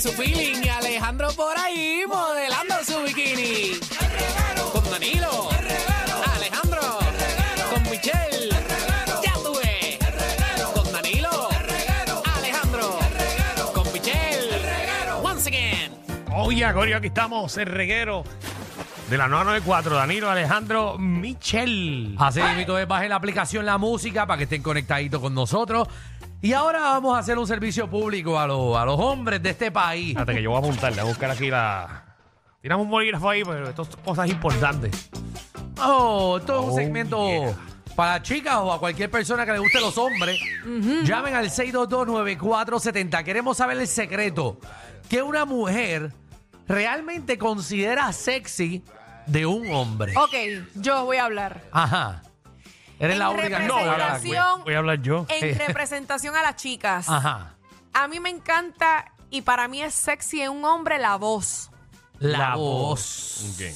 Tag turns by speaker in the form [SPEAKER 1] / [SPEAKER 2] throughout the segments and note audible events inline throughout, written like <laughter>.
[SPEAKER 1] su feeling y Alejandro por ahí modelando su bikini. Con Danilo. Alejandro. Con Michelle. Ya tuve. Con Danilo. Alejandro. Con Michelle. Once again.
[SPEAKER 2] Oye, Corio, aquí estamos, el reguero de la 994, Danilo Alejandro Michel.
[SPEAKER 3] Así mismo es, bajen la aplicación La Música para que estén conectaditos con nosotros. Y ahora vamos a hacer un servicio público a, los- a los hombres de este país.
[SPEAKER 2] Fíjate que yo voy a apuntarle, a buscar aquí la... Tiramos un bolígrafo ahí, pero esto son cosas importantes.
[SPEAKER 3] Oh, esto es
[SPEAKER 2] Oh,
[SPEAKER 3] un segmento
[SPEAKER 2] yeah.
[SPEAKER 3] para chicas o a cualquier persona que le guste los hombres. Llamen al 622-9470. Queremos saber el secreto que una mujer realmente considera sexy de un hombre.
[SPEAKER 4] Ok, yo voy a hablar.
[SPEAKER 3] Ajá. Eres
[SPEAKER 4] Oh. En
[SPEAKER 3] la única que
[SPEAKER 2] No, voy a hablar,
[SPEAKER 3] habla.
[SPEAKER 2] voy, voy a hablar yo.
[SPEAKER 4] En representación a las chicas,
[SPEAKER 2] Ah.
[SPEAKER 3] Ajá.
[SPEAKER 4] a mí me encanta y para mí es sexy en un hombre la voz.
[SPEAKER 3] La,
[SPEAKER 2] La
[SPEAKER 3] voz.
[SPEAKER 2] Ok.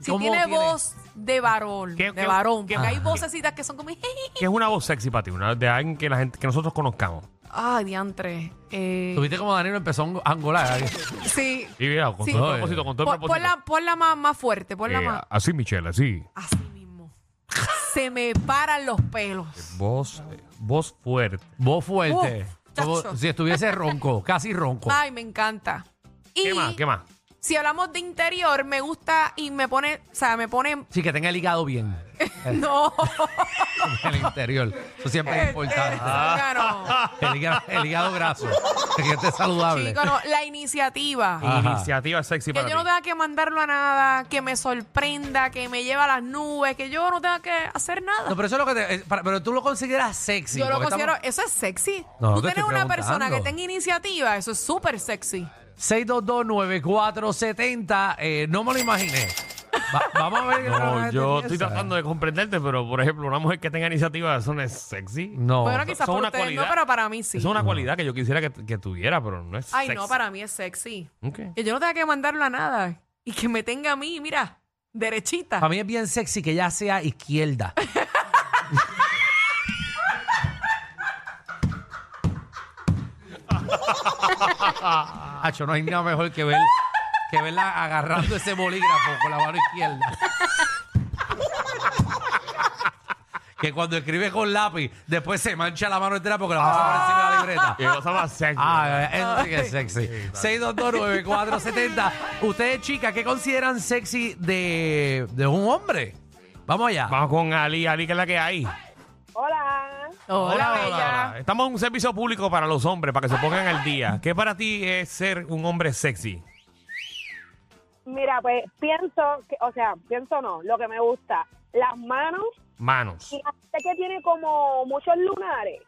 [SPEAKER 4] Si
[SPEAKER 3] ¿Cómo
[SPEAKER 4] tiene voz de varón,
[SPEAKER 2] ¿Qué-
[SPEAKER 4] de
[SPEAKER 2] qué-
[SPEAKER 4] varón,
[SPEAKER 2] qué-
[SPEAKER 4] porque hay
[SPEAKER 2] Ah.
[SPEAKER 4] vocecitas que son como...
[SPEAKER 2] ¿Qué es una voz sexy para ti? Una de alguien que, la gente, que nosotros conozcamos.
[SPEAKER 4] Ay, diantre. Eh,
[SPEAKER 3] ¿Tuviste como Danilo empezó a angolar? ahí?
[SPEAKER 4] sí.
[SPEAKER 2] Y mira, con
[SPEAKER 4] Sí.
[SPEAKER 2] todo el propósito, con todo
[SPEAKER 4] Pon-
[SPEAKER 2] el propósito.
[SPEAKER 4] Ponla, ponla más, más fuerte, ponla
[SPEAKER 2] Eh,
[SPEAKER 4] más...
[SPEAKER 2] así, Michelle, así.
[SPEAKER 4] Así mismo. Se me paran los pelos.
[SPEAKER 2] Voz, eh, voz fuerte.
[SPEAKER 3] Voz fuerte.
[SPEAKER 4] Uf,
[SPEAKER 3] Como
[SPEAKER 4] chacho.
[SPEAKER 3] si estuviese ronco, casi ronco.
[SPEAKER 4] Ay, me encanta. Y
[SPEAKER 2] ¿Qué más? ¿Qué más?
[SPEAKER 4] si hablamos de interior, me gusta y me pone, o sea, me pone...
[SPEAKER 3] Sí, que tenga el hígado
[SPEAKER 4] <laughs>
[SPEAKER 3] bien
[SPEAKER 2] Eh.
[SPEAKER 4] No.
[SPEAKER 3] en el interior. Eso siempre es
[SPEAKER 4] Eh,
[SPEAKER 3] importante. Ah.
[SPEAKER 4] no,
[SPEAKER 3] El hígado, el hígado graso, que esté
[SPEAKER 4] no.
[SPEAKER 3] saludable.
[SPEAKER 4] Chico, no, la iniciativa.
[SPEAKER 3] Ajá.
[SPEAKER 2] Iniciativa sexy
[SPEAKER 4] Que
[SPEAKER 2] para
[SPEAKER 4] yo no
[SPEAKER 2] ti.
[SPEAKER 4] tenga que mandarlo a nada, que me sorprenda, que me lleve a las nubes, que yo no tenga que hacer nada.
[SPEAKER 3] No, pero eso es lo que te- es para- pero tú lo consideras sexy.
[SPEAKER 4] yo lo
[SPEAKER 3] porque
[SPEAKER 4] considero,
[SPEAKER 3] estamos-
[SPEAKER 4] eso es sexy.
[SPEAKER 3] No,
[SPEAKER 4] Tú
[SPEAKER 3] te
[SPEAKER 4] tienes
[SPEAKER 3] estoy
[SPEAKER 4] una persona que
[SPEAKER 3] preguntando.
[SPEAKER 4] tenga iniciativa, eso es súper sexy.
[SPEAKER 3] 6229470, eh, no me lo imaginé. Va- vamos a ver qué la
[SPEAKER 2] No,
[SPEAKER 3] gente
[SPEAKER 2] yo estoy
[SPEAKER 3] piensa.
[SPEAKER 2] tratando de comprenderte, pero por ejemplo, una mujer que tenga iniciativa, eso no es sexy.
[SPEAKER 3] No.
[SPEAKER 4] bueno, quizás
[SPEAKER 2] son
[SPEAKER 4] para
[SPEAKER 2] una
[SPEAKER 4] ustedes
[SPEAKER 2] cualidad.
[SPEAKER 4] no, pero para mí sí.
[SPEAKER 2] Es una cualidad que yo quisiera que, que tuviera, pero no es
[SPEAKER 4] Ay,
[SPEAKER 2] sexy.
[SPEAKER 4] no, para mí es sexy.
[SPEAKER 2] Ok.
[SPEAKER 4] Que yo no tenga que mandarlo a nada y que me tenga a mí, mira, derechita.
[SPEAKER 3] Para mí es bien sexy que ya sea izquierda. <laughs> Acho, no hay nada mejor que ver que verla agarrando ese bolígrafo con la mano izquierda. que cuando escribe con lápiz, después se mancha la mano entera porque la pasa por encima de la libreta.
[SPEAKER 2] Qué cosa más sexy.
[SPEAKER 3] Ah, eso sí que es sexy. 6229470. Ustedes, chicas, ¿qué consideran sexy de, de un hombre? Vamos allá.
[SPEAKER 2] Vamos con Ali, Ali, que es la que hay.
[SPEAKER 5] Hola.
[SPEAKER 4] Hola, bella.
[SPEAKER 2] hola. Estamos en un servicio público para los hombres, para que se pongan al día. ¿Qué para ti es ser un hombre sexy?
[SPEAKER 5] Mira, pues pienso, que, o sea, pienso no, lo que me gusta, las manos
[SPEAKER 2] Manos.
[SPEAKER 5] y la gente que tiene como muchos lunares.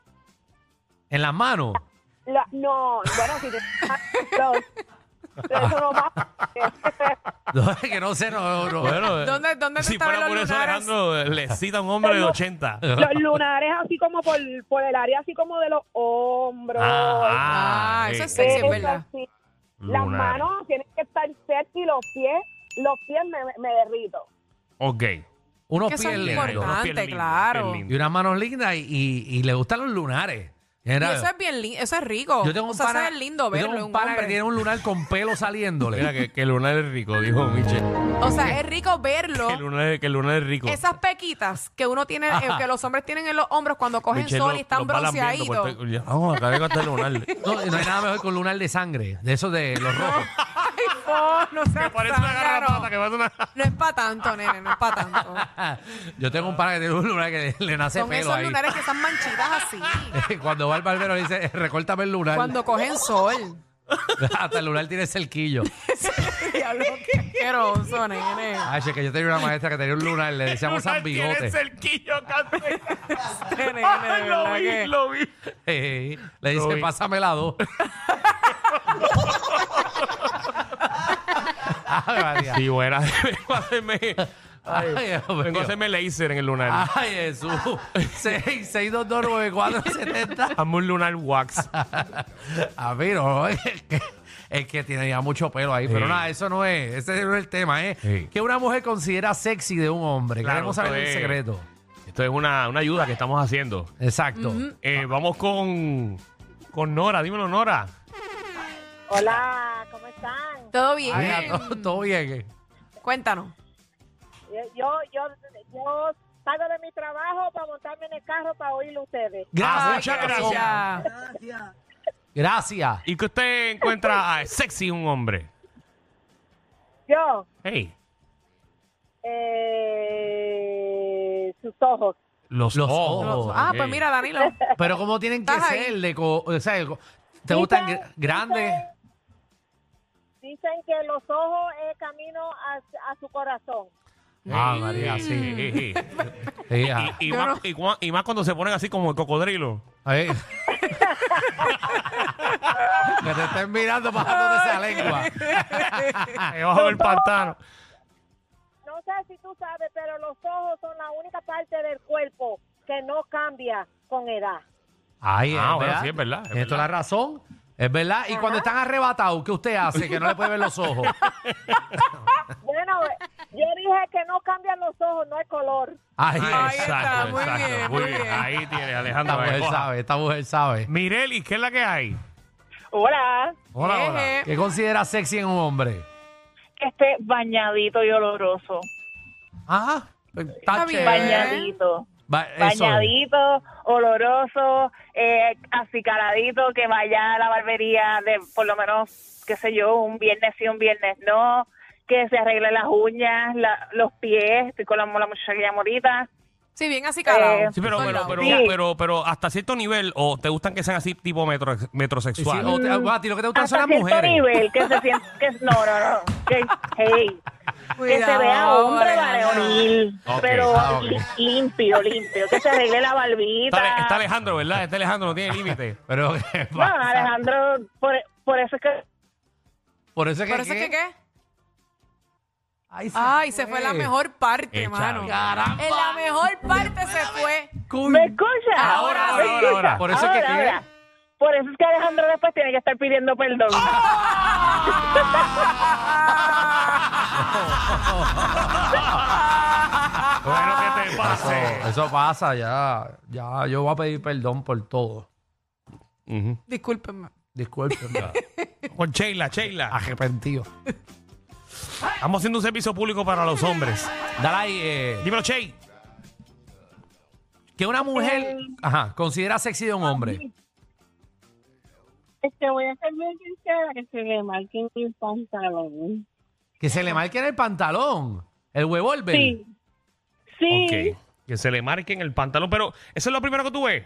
[SPEAKER 3] En las manos.
[SPEAKER 5] La- no, bueno, si <laughs> te- los- pero eso no pasa.
[SPEAKER 3] <laughs> No, que no sé, no, no.
[SPEAKER 2] Bueno,
[SPEAKER 4] ¿Dónde- dónde te
[SPEAKER 2] si
[SPEAKER 4] estaban
[SPEAKER 2] fuera por
[SPEAKER 4] los
[SPEAKER 2] eso,
[SPEAKER 4] lunares? Oh,
[SPEAKER 2] Alejandro, eh, le cita a un hombre de
[SPEAKER 5] Pero-
[SPEAKER 2] 80.
[SPEAKER 5] Los lunares así como por, por el área así como de los hombros.
[SPEAKER 4] Ah, eso
[SPEAKER 2] eh,
[SPEAKER 4] es sexy,
[SPEAKER 5] Eso
[SPEAKER 4] es verdad.
[SPEAKER 5] sí. Las
[SPEAKER 2] lunares.
[SPEAKER 5] manos tienen que estar cerca y los pies, los pies me, me derrito.
[SPEAKER 2] Ok.
[SPEAKER 3] Unos
[SPEAKER 4] Que son
[SPEAKER 3] pies
[SPEAKER 2] Bien,
[SPEAKER 3] lindos.
[SPEAKER 2] ahí, unos pies
[SPEAKER 4] Importante,
[SPEAKER 2] lindos,
[SPEAKER 4] claro.
[SPEAKER 2] pies lindos.
[SPEAKER 3] Y unas manos lindas y, y- y le gustan los lunares.
[SPEAKER 4] Y
[SPEAKER 3] Mira,
[SPEAKER 4] eso es bien lindo, eso es rico.
[SPEAKER 3] yo tengo un
[SPEAKER 4] O sea,
[SPEAKER 3] pana,
[SPEAKER 4] eso es lindo
[SPEAKER 3] yo tengo
[SPEAKER 4] verlo. en
[SPEAKER 3] un
[SPEAKER 4] un
[SPEAKER 3] pana que
[SPEAKER 4] hombre.
[SPEAKER 3] tiene un lunar con pelo saliéndole.
[SPEAKER 2] Mira, que, que el lunar es rico, dijo Michelle.
[SPEAKER 4] O sea, es rico verlo.
[SPEAKER 2] Que el lunar, que el lunar es rico.
[SPEAKER 4] Esas pequitas que uno tiene, eh,
[SPEAKER 3] Ajá.
[SPEAKER 4] que los hombres tienen en los hombros cuando cogen
[SPEAKER 2] Michelle
[SPEAKER 4] sol
[SPEAKER 2] lo-
[SPEAKER 4] y están
[SPEAKER 2] los va lambiendo,
[SPEAKER 4] bronceaditos.
[SPEAKER 2] pues, estoy- Vamos, acabé con este lunar.
[SPEAKER 3] No, no hay nada mejor que un lunar de sangre, de esos de los rojos.
[SPEAKER 4] <laughs> Ay, no, no
[SPEAKER 2] <laughs>
[SPEAKER 4] seas
[SPEAKER 2] Que parece una
[SPEAKER 4] zángano.
[SPEAKER 2] garrapata, que parece una...
[SPEAKER 4] No es para tanto, nene, no es
[SPEAKER 2] <laughs>
[SPEAKER 4] para tanto.
[SPEAKER 3] <laughs> Yo tengo un pana que tiene un lunar que le, le nace
[SPEAKER 4] Son
[SPEAKER 3] pelo
[SPEAKER 4] esos
[SPEAKER 3] ahí.
[SPEAKER 4] lunares que están manchitas así.
[SPEAKER 3] <laughs> Cuando va el barbero le dice, recórtame el lunar.
[SPEAKER 4] Cuando cogen sol.
[SPEAKER 2] <laughs>
[SPEAKER 3] <laughs> Hasta el lunar tiene cerquillo.
[SPEAKER 4] <laughs> Diablo, qué asqueroso, nene.
[SPEAKER 3] Ay, Ah, es que yo tenía una maestra que tenía un lunar, le decíamos San Bigote.
[SPEAKER 2] Tienes el quillo, Cate.
[SPEAKER 4] Este <laughs>
[SPEAKER 2] <laughs>
[SPEAKER 4] nene,
[SPEAKER 2] Ay,
[SPEAKER 4] de
[SPEAKER 2] lo
[SPEAKER 4] verdad
[SPEAKER 2] vi,
[SPEAKER 4] que-
[SPEAKER 2] lo vi.
[SPEAKER 3] Eh, le
[SPEAKER 2] Lo
[SPEAKER 3] dice,
[SPEAKER 2] vi.
[SPEAKER 3] pásame
[SPEAKER 2] <laughs>
[SPEAKER 3] la dos. Ay, María.
[SPEAKER 2] Sí, buena. <laughs> Vengo a hacerme... Ay,
[SPEAKER 3] Ay, Dios
[SPEAKER 2] vengo
[SPEAKER 3] mío.
[SPEAKER 2] a hacerme laser en el lunar.
[SPEAKER 3] Ay, Jesús. 6629470.
[SPEAKER 2] Hazme un lunar wax.
[SPEAKER 3] A mí no, es que, es que tiene ya mucho pelo ahí. Pero
[SPEAKER 2] Sí.
[SPEAKER 3] nada, eso no es, ese no es el tema, ¿eh?
[SPEAKER 2] Sí.
[SPEAKER 3] Que una mujer considera sexy de un hombre.
[SPEAKER 2] Claro,
[SPEAKER 3] Queremos saber el
[SPEAKER 2] esto es-
[SPEAKER 3] secreto.
[SPEAKER 2] Esto es una, una ayuda que estamos haciendo.
[SPEAKER 3] Exacto. Ah.
[SPEAKER 2] Eh, vamos con, con Nora. Dímelo, Nora.
[SPEAKER 5] Hola, están?
[SPEAKER 4] Todo
[SPEAKER 3] Ay,
[SPEAKER 4] bien.
[SPEAKER 3] a to- <laughs> todo bien. eh.
[SPEAKER 4] Cuéntanos.
[SPEAKER 5] Eh, Yo, yo, yo salgo de mi trabajo para montarme en el carro para oírlo ustedes.
[SPEAKER 3] Gracias.
[SPEAKER 2] Ah, muchas gracias.
[SPEAKER 4] Ya.
[SPEAKER 3] Gracias.
[SPEAKER 2] ¿Y que usted encuentra ah, sexy un hombre?
[SPEAKER 5] Yo,
[SPEAKER 2] Hey,
[SPEAKER 5] eh, sus ojos.
[SPEAKER 2] los,
[SPEAKER 3] Los
[SPEAKER 2] ojos.
[SPEAKER 3] ojos. Ah,
[SPEAKER 4] Ah,
[SPEAKER 2] Oh, ok.
[SPEAKER 4] pues mira, Danilo.
[SPEAKER 3] Pero ¿cómo tienen que
[SPEAKER 4] Estás ahí.
[SPEAKER 3] ser? De co- o sea, co- ¿Te
[SPEAKER 5] Dicen-
[SPEAKER 3] gustan gr- grandes?
[SPEAKER 5] dicen- Dicen que los ojos es camino a, a su corazón.
[SPEAKER 3] Ah, María,
[SPEAKER 2] Sí,
[SPEAKER 3] sí.
[SPEAKER 2] sí.
[SPEAKER 3] Sí, ah.
[SPEAKER 2] Y, y
[SPEAKER 4] Yo
[SPEAKER 2] más,
[SPEAKER 4] no-
[SPEAKER 2] y cua- y más cuando se ponen así como el cocodrilo. <laughs>
[SPEAKER 3] Ahí. que te estén mirando bajándote esa lengua. Ah.
[SPEAKER 2] Debajo del pantano.
[SPEAKER 5] No sé si tú sabes, pero los ojos son la única parte del cuerpo que no cambia con edad.
[SPEAKER 3] Ay,
[SPEAKER 2] Ah,
[SPEAKER 3] es
[SPEAKER 2] bueno, sí, es verdad, es
[SPEAKER 3] Tienes
[SPEAKER 2] verdad.
[SPEAKER 3] toda la razón. Es verdad. Y cuando están arrebatados, ¿qué usted hace? Que no le puede ver los ojos.
[SPEAKER 5] Bueno, yo dije que no cambian los ojos, no el color.
[SPEAKER 3] Ahí
[SPEAKER 4] Ahí está, muy bien, muy bien.
[SPEAKER 2] Ahí tiene
[SPEAKER 3] Esta
[SPEAKER 2] Alejandro.
[SPEAKER 3] mujer sabe, esta mujer sabe.
[SPEAKER 2] Mireli, ¿qué es la que hay?
[SPEAKER 5] Hola.
[SPEAKER 2] Hola, hola.
[SPEAKER 4] Eje.
[SPEAKER 3] ¿Qué considera sexy en un hombre?
[SPEAKER 5] Que esté Este bañadito y oloroso.
[SPEAKER 3] Ajá.
[SPEAKER 4] Está
[SPEAKER 3] Está
[SPEAKER 4] bien.
[SPEAKER 3] chévere.
[SPEAKER 5] Bañadito.
[SPEAKER 3] Ba- eso es.
[SPEAKER 5] Bañadito, oloroso, eh, acicaladito, que vaya a la barbería de por lo menos, qué sé yo, un viernes sí, un viernes no. Que se arregle las uñas, la- los pies. Estoy con la, la muchacha que llamo ahorita.
[SPEAKER 4] Sí, bien así calado.
[SPEAKER 2] Sí, pero, pero, pero,
[SPEAKER 5] Sí.
[SPEAKER 2] pero, pero hasta cierto nivel, o te gustan que sean así tipo metro,
[SPEAKER 3] Sí, sí,
[SPEAKER 2] metrosexual.
[SPEAKER 3] o te- a ti lo que te gustan son
[SPEAKER 5] Hasta
[SPEAKER 3] las
[SPEAKER 5] cierto
[SPEAKER 3] mujeres.
[SPEAKER 5] nivel, que se siente, que, no, no, no, que, hey, que se vea hombre varonil,
[SPEAKER 2] Ok,
[SPEAKER 5] pero
[SPEAKER 3] ah, ok.
[SPEAKER 5] li- limpio, limpio, que se arregle la barbita.
[SPEAKER 2] Está, está Alejandro, ¿verdad? Este Alejandro no tiene
[SPEAKER 3] <laughs>
[SPEAKER 2] límite.
[SPEAKER 3] Pero, ¿qué
[SPEAKER 5] No,
[SPEAKER 3] pasa?
[SPEAKER 5] Alejandro, por, por eso es que
[SPEAKER 3] Por eso es que.
[SPEAKER 4] ¿Pero eso es que qué?
[SPEAKER 3] Ay, se,
[SPEAKER 4] Ay, se fue la mejor parte,
[SPEAKER 2] Echa,
[SPEAKER 4] mano.
[SPEAKER 3] caramba.
[SPEAKER 4] En la mejor parte se fue.
[SPEAKER 5] me escucha.
[SPEAKER 2] Ahora,
[SPEAKER 5] ¿Me
[SPEAKER 2] ahora, ahora,
[SPEAKER 5] escucha?
[SPEAKER 2] ahora.
[SPEAKER 3] Por eso es que-
[SPEAKER 5] Ahora, ahora. Por eso es que Alejandro después tiene que estar pidiendo perdón.
[SPEAKER 2] Bueno, ¿qué te
[SPEAKER 3] Eso,
[SPEAKER 2] pase?
[SPEAKER 3] eso pasa ya. Ya, yo voy a pedir perdón por todo.
[SPEAKER 4] Discúlpenme. <laughs>
[SPEAKER 3] Disculpen.
[SPEAKER 2] Con Sheila, Sheila.
[SPEAKER 3] Arrepentido.
[SPEAKER 2] Estamos haciendo un servicio público para los hombres.
[SPEAKER 3] Dale ahí. eh,
[SPEAKER 2] Dímelo, Shey.
[SPEAKER 3] que una mujer
[SPEAKER 5] Eh,
[SPEAKER 3] ajá, considera sexy de un hombre.
[SPEAKER 5] Este, voy a ser bien sincera, que se le marquen el pantalón.
[SPEAKER 3] Que se le marque en el pantalón. El huevo el
[SPEAKER 5] Sí, sí,
[SPEAKER 2] Ok. Que se le marquen el pantalón. Pero, ¿eso es lo primero que tú ves?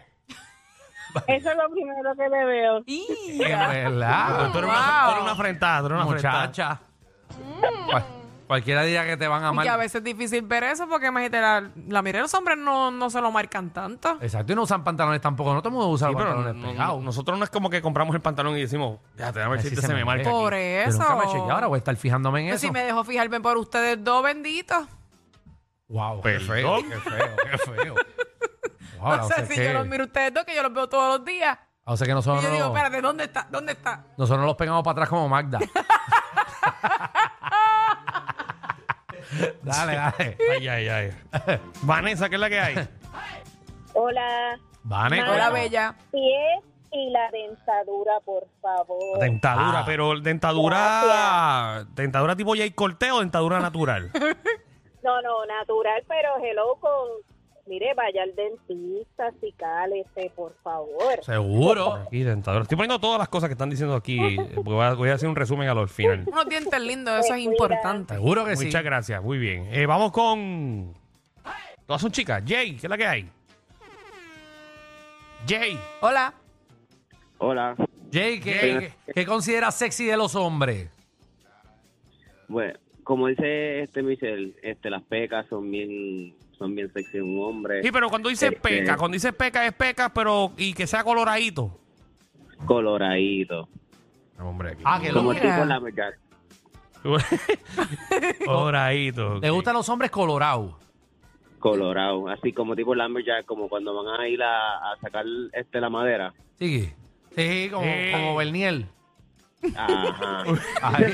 [SPEAKER 5] eso es lo primero que le veo.
[SPEAKER 4] Y-
[SPEAKER 5] <laughs>
[SPEAKER 3] Es Eh, verdad.
[SPEAKER 2] Pues tú, eres una, tú eres una afrentada, tú eres una afrentada.
[SPEAKER 3] Muchacha. Cual- Cualquiera diría que te van a
[SPEAKER 4] Y que a
[SPEAKER 3] amar.
[SPEAKER 4] veces es difícil ver eso porque imagínate, la, la mira de los hombres no, no se lo marcan tanto.
[SPEAKER 3] Exacto, y no usan pantalones tampoco. No todo el mundo usa
[SPEAKER 2] Sí, pero
[SPEAKER 3] pantalones
[SPEAKER 2] no- no-
[SPEAKER 3] pegados.
[SPEAKER 2] nosotros no es como que compramos el pantalón y decimos, ya te voy a ver
[SPEAKER 3] Así
[SPEAKER 2] si este
[SPEAKER 3] se
[SPEAKER 2] se
[SPEAKER 3] me
[SPEAKER 2] me marca.
[SPEAKER 3] ve.
[SPEAKER 2] aquí".
[SPEAKER 4] Por
[SPEAKER 3] Yo
[SPEAKER 4] eso.
[SPEAKER 3] nunca me he chequeado, ahora voy a estar fijándome en
[SPEAKER 4] Pues
[SPEAKER 3] eso. Ah,
[SPEAKER 4] si me dejo fijarme por ustedes dos, benditos.
[SPEAKER 3] Wow,
[SPEAKER 2] qué feo,
[SPEAKER 3] qué feo, qué feo. Wow,
[SPEAKER 4] <laughs> o sea, si yo los miro a ustedes dos, que yo los veo todos los días.
[SPEAKER 3] O sea que nosotros
[SPEAKER 4] y yo
[SPEAKER 3] no,
[SPEAKER 4] digo, espérate, ¿dónde está? ¿Dónde está?
[SPEAKER 3] nosotros no los pegamos para atrás como
[SPEAKER 4] <laughs>
[SPEAKER 3] Magda. dale, dale.
[SPEAKER 2] Ay, ay,
[SPEAKER 3] <laughs>
[SPEAKER 2] ay. Vanessa, ¿qué es la que hay?
[SPEAKER 5] Hola,
[SPEAKER 2] Vanessa.
[SPEAKER 4] Hola, bella.
[SPEAKER 5] pies y la dentadura, por favor.
[SPEAKER 2] Dentadura,
[SPEAKER 3] Ah.
[SPEAKER 2] pero dentadura. Dentadura tipo Jay Corteo o dentadura natural.
[SPEAKER 5] No, no, natural, pero hello con... Mire, vaya al dentista, si cálese, por
[SPEAKER 3] <laughs>
[SPEAKER 5] favor.
[SPEAKER 3] Seguro.
[SPEAKER 2] Y dentadura. Estoy poniendo todas las cosas que están diciendo aquí. Pues Voy a, voy a hacer un resumen al
[SPEAKER 3] <laughs>
[SPEAKER 2] final.
[SPEAKER 4] Unos dientes lindos, eso es importante.
[SPEAKER 3] Seguro que Pues sí.
[SPEAKER 2] Muchas gracias, muy bien. Eh, vamos con. Todas son chicas. Jay, ¿qué es la que hay? Jay.
[SPEAKER 4] Hola.
[SPEAKER 6] Hola.
[SPEAKER 3] Jay, ¿qué, qué consideras sexy de los hombres?
[SPEAKER 6] Bueno, como dice este Michel, este las pecas son bien son bien sexy en un hombre.
[SPEAKER 2] Sí, pero cuando dices
[SPEAKER 6] Este,
[SPEAKER 2] peca, cuando dices peca es peca, pero. y que sea coloradito.
[SPEAKER 6] coloradito.
[SPEAKER 2] Hombre, aquí. <laughs> Oh.
[SPEAKER 3] Ah, que lo-
[SPEAKER 6] Como el
[SPEAKER 4] Mira.
[SPEAKER 6] tipo la verdad.
[SPEAKER 2] coloradito. ok.
[SPEAKER 3] le gustan los hombres colorados.
[SPEAKER 6] Colorado, así como tipo Lumberjack, como cuando van a ir a, a sacar este la madera.
[SPEAKER 3] Sí, sí como,
[SPEAKER 2] Sí.
[SPEAKER 3] como Berniel.
[SPEAKER 6] Ajá.
[SPEAKER 3] <laughs> Ay.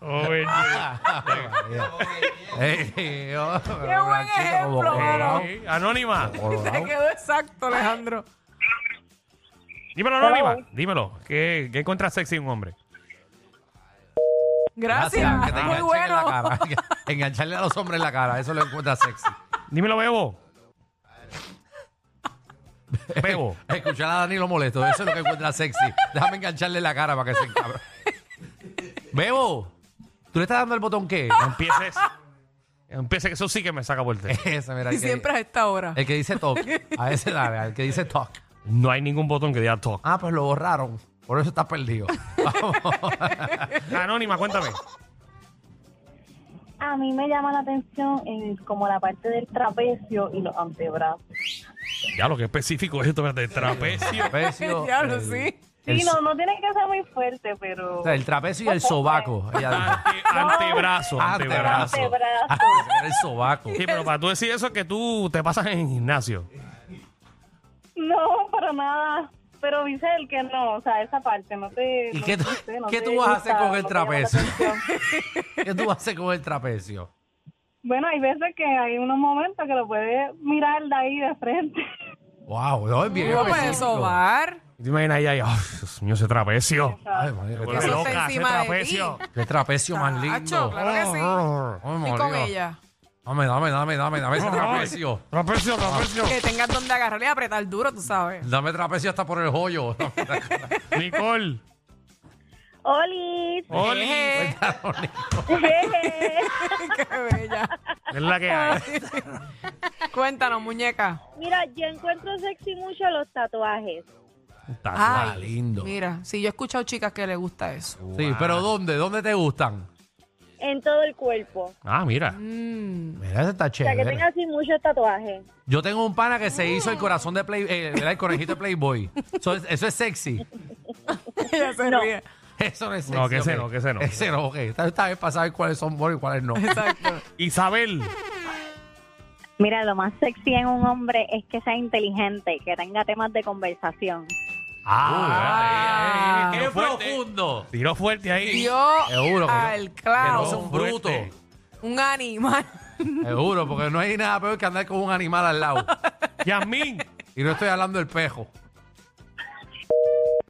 [SPEAKER 2] Oye.
[SPEAKER 3] Ey, oh, pero
[SPEAKER 4] Qué buen
[SPEAKER 3] una chica como
[SPEAKER 4] ejemplo,
[SPEAKER 3] colorado.
[SPEAKER 2] Eh, Anónima.
[SPEAKER 4] Se quedó exacto, Alejandro.
[SPEAKER 2] Dímelo, Anónima. Dímelo. ¿Qué, qué encuentras sexy en un hombre?
[SPEAKER 4] Gracias.
[SPEAKER 3] que te
[SPEAKER 4] Muy
[SPEAKER 3] enganchen en la
[SPEAKER 4] bueno.
[SPEAKER 3] cara. <laughs> Engancharle a los hombres en la cara. Eso lo encuentra sexy.
[SPEAKER 2] Dímelo, Bebo. <laughs> Bebo.
[SPEAKER 3] Escuchar a Danilo molesto. Eso es lo que encuentra sexy. Déjame engancharle en la cara para que se encabra. Bebo, ¿tú le estás dando el botón qué?
[SPEAKER 2] No empieces. No empieces que eso sí que me saca por el techo.
[SPEAKER 3] Ese, mira,
[SPEAKER 4] Y
[SPEAKER 3] el que-
[SPEAKER 4] siempre a esta hora.
[SPEAKER 3] El que dice toque. A ese dale, al que dice toque.
[SPEAKER 2] No hay ningún botón que diga talk.
[SPEAKER 3] Ah, pues lo borraron. Por eso estás perdido.
[SPEAKER 2] Anónima, cuéntame.
[SPEAKER 7] A mí me llama la atención en como la parte del trapecio y los antebrazos.
[SPEAKER 2] Ya lo que específico es esto espérate, el <laughs> trapecio.
[SPEAKER 4] <laughs>
[SPEAKER 3] Trapecio,
[SPEAKER 4] Diablo,
[SPEAKER 3] el-
[SPEAKER 4] sí.
[SPEAKER 7] Sí,
[SPEAKER 3] el-
[SPEAKER 7] no, no tiene que ser muy fuerte, pero...
[SPEAKER 3] o sea, el trapecio y el sobaco. Ella dijo.
[SPEAKER 2] Ante- antebrazo, antebrazo.
[SPEAKER 3] Antebrazo.
[SPEAKER 7] Antebrazo.
[SPEAKER 3] Ah, El
[SPEAKER 4] <laughs>
[SPEAKER 3] sobaco.
[SPEAKER 2] Sí, pero para tú decir eso es que tú te pasas en el gimnasio.
[SPEAKER 7] No, para nada. Pero dice el que no, o sea, esa parte no te...
[SPEAKER 3] ¿Y
[SPEAKER 7] no
[SPEAKER 3] qué tú-
[SPEAKER 7] sé, no
[SPEAKER 3] qué
[SPEAKER 7] te
[SPEAKER 3] tú vas a hacer
[SPEAKER 7] gusta,
[SPEAKER 3] con el
[SPEAKER 7] no te llama la
[SPEAKER 3] trapecio? <laughs>
[SPEAKER 7] atención.
[SPEAKER 3] ¿Qué tú vas a hacer con el trapecio?
[SPEAKER 7] bueno, hay veces que hay unos momentos que lo puedes mirar de ahí de frente.
[SPEAKER 3] Wow, no es bien
[SPEAKER 4] ¿Cómo puede
[SPEAKER 3] específico.
[SPEAKER 4] sobar?
[SPEAKER 2] Y te imaginas ahí, ahí, oh, Dios mío, ese trapecio.
[SPEAKER 3] Ay, madre, qué,
[SPEAKER 2] Vuelve
[SPEAKER 4] Eso
[SPEAKER 3] trapecio,
[SPEAKER 4] está
[SPEAKER 2] loca, ese
[SPEAKER 4] encima de ti.
[SPEAKER 2] trapecio.
[SPEAKER 3] qué trapecio más lindo.
[SPEAKER 4] Tacho, claro que sí.
[SPEAKER 3] Ay,
[SPEAKER 4] Y con
[SPEAKER 3] María.
[SPEAKER 4] ella.
[SPEAKER 3] Dame, dame, dame, dame,
[SPEAKER 4] <laughs>
[SPEAKER 3] dame ese <laughs> trapecio.
[SPEAKER 2] Trapecio, trapecio.
[SPEAKER 4] Que tengas donde agarrarle y apretar duro, tú sabes.
[SPEAKER 3] Dame trapecio hasta por el <laughs> hoyo.
[SPEAKER 2] Nicole.
[SPEAKER 7] <laughs> ¡Oli!
[SPEAKER 2] Oli.
[SPEAKER 4] Eje, <laughs> ¡Qué bella!
[SPEAKER 2] Es la que hay.
[SPEAKER 4] Cuéntanos, muñeca.
[SPEAKER 7] Mira, yo encuentro sexy mucho los tatuajes.
[SPEAKER 3] Está
[SPEAKER 4] Ay,
[SPEAKER 3] lindo.
[SPEAKER 4] Mira, sí, yo he escuchado chicas que les gusta eso.
[SPEAKER 3] Sí, pero ¿dónde? ¿Dónde te gustan?
[SPEAKER 7] En todo el cuerpo.
[SPEAKER 2] Ah, mira.
[SPEAKER 3] Mira, ese está chévere.
[SPEAKER 7] así muchos tatuajes.
[SPEAKER 3] Yo tengo un pana que se hizo el corazón de Play, eh, era el conejito de Playboy. Eso es, eso es sexy.
[SPEAKER 4] <laughs> Ella se ríe.
[SPEAKER 3] Eso no es sexy.
[SPEAKER 2] No, que ese
[SPEAKER 3] ok.
[SPEAKER 2] no, que ese no.
[SPEAKER 3] Ese no, ok. Esta, esta vez para saber cuáles son buenos y cuáles no.
[SPEAKER 4] Exacto.
[SPEAKER 2] Isabel.
[SPEAKER 7] Mira, lo más sexy en un hombre es que sea inteligente, que tenga temas de conversación.
[SPEAKER 2] Ah,
[SPEAKER 3] ¡Qué
[SPEAKER 2] Tiro fuerte.
[SPEAKER 3] profundo!
[SPEAKER 2] Tiró fuerte ahí.
[SPEAKER 4] Dio
[SPEAKER 3] Seguro que no.
[SPEAKER 4] al
[SPEAKER 3] Que no
[SPEAKER 4] clavo.
[SPEAKER 3] son brutos.
[SPEAKER 2] Fuerte.
[SPEAKER 4] Un animal. <laughs>
[SPEAKER 3] Seguro, porque no hay nada peor que andar con un animal al lado.
[SPEAKER 2] Yasmín.
[SPEAKER 3] Y no estoy hablando del pejo.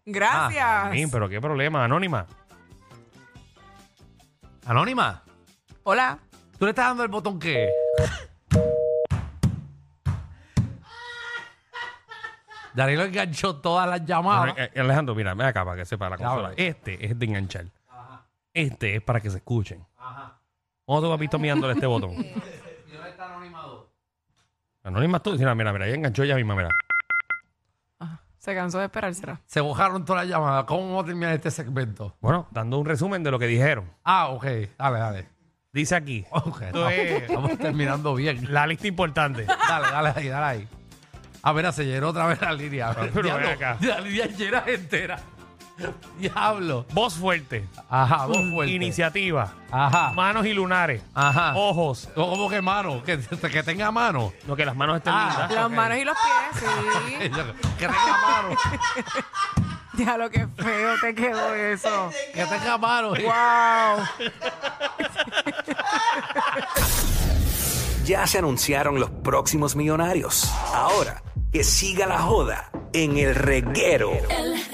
[SPEAKER 4] Gracias.
[SPEAKER 3] Ah,
[SPEAKER 2] Yasmín, pero qué problema, anónima.
[SPEAKER 3] Anónima,
[SPEAKER 4] Hola.
[SPEAKER 3] ¿tú le estás dando el botón qué? Danilo enganchó todas las
[SPEAKER 4] Ah.
[SPEAKER 3] llamadas.
[SPEAKER 2] Ale- eh, Alejandro, mira, ven acá para que sepa la
[SPEAKER 3] Ya,
[SPEAKER 2] consola.
[SPEAKER 3] bro.
[SPEAKER 2] Este es de enganchar. Este es para que se escuchen. ¿Cómo tú has visto mirándole este botón?
[SPEAKER 4] <laughs>
[SPEAKER 2] Anónima tú, mira, mira, mira, ella enganchó ella misma, mira.
[SPEAKER 4] Ah, Se cansó de esperar, será.
[SPEAKER 3] Se bojaron todas las llamadas. ¿Cómo vamos a terminar este segmento?
[SPEAKER 2] Bueno, dando un resumen de lo que dijeron.
[SPEAKER 3] Ah, ok. Dale, dale.
[SPEAKER 2] Dice aquí,
[SPEAKER 3] Ok,
[SPEAKER 2] Esto
[SPEAKER 3] estamos,
[SPEAKER 2] es-
[SPEAKER 3] estamos terminando bien.
[SPEAKER 2] la lista importante.
[SPEAKER 3] Dale, dale ahí, dale ahí. Ah, mira, se llenó otra vez la línea.
[SPEAKER 2] Pero
[SPEAKER 3] Diablo,
[SPEAKER 2] ven acá.
[SPEAKER 3] La línea llena entera. Diablo.
[SPEAKER 2] Voz fuerte,
[SPEAKER 3] Ajá, vos fuerte. Ah.
[SPEAKER 2] iniciativa,
[SPEAKER 3] Ajá.
[SPEAKER 2] manos y lunares,
[SPEAKER 3] Ajá.
[SPEAKER 2] Oh. ojos.
[SPEAKER 3] No, ¿Cómo que mano? Que, que tenga mano.
[SPEAKER 2] No, que las manos estén
[SPEAKER 3] Ah.
[SPEAKER 2] lindas.
[SPEAKER 4] Las
[SPEAKER 3] ok.
[SPEAKER 4] manos y los
[SPEAKER 3] <laughs> que
[SPEAKER 4] pies,
[SPEAKER 3] tenga mano.
[SPEAKER 4] sí. ya lo que feo te quedó eso.
[SPEAKER 3] Que tenga mano.
[SPEAKER 4] Wow.
[SPEAKER 8] Ya se anunciaron los próximos millonarios. Ahora, que siga la joda en el reguero.
[SPEAKER 9] El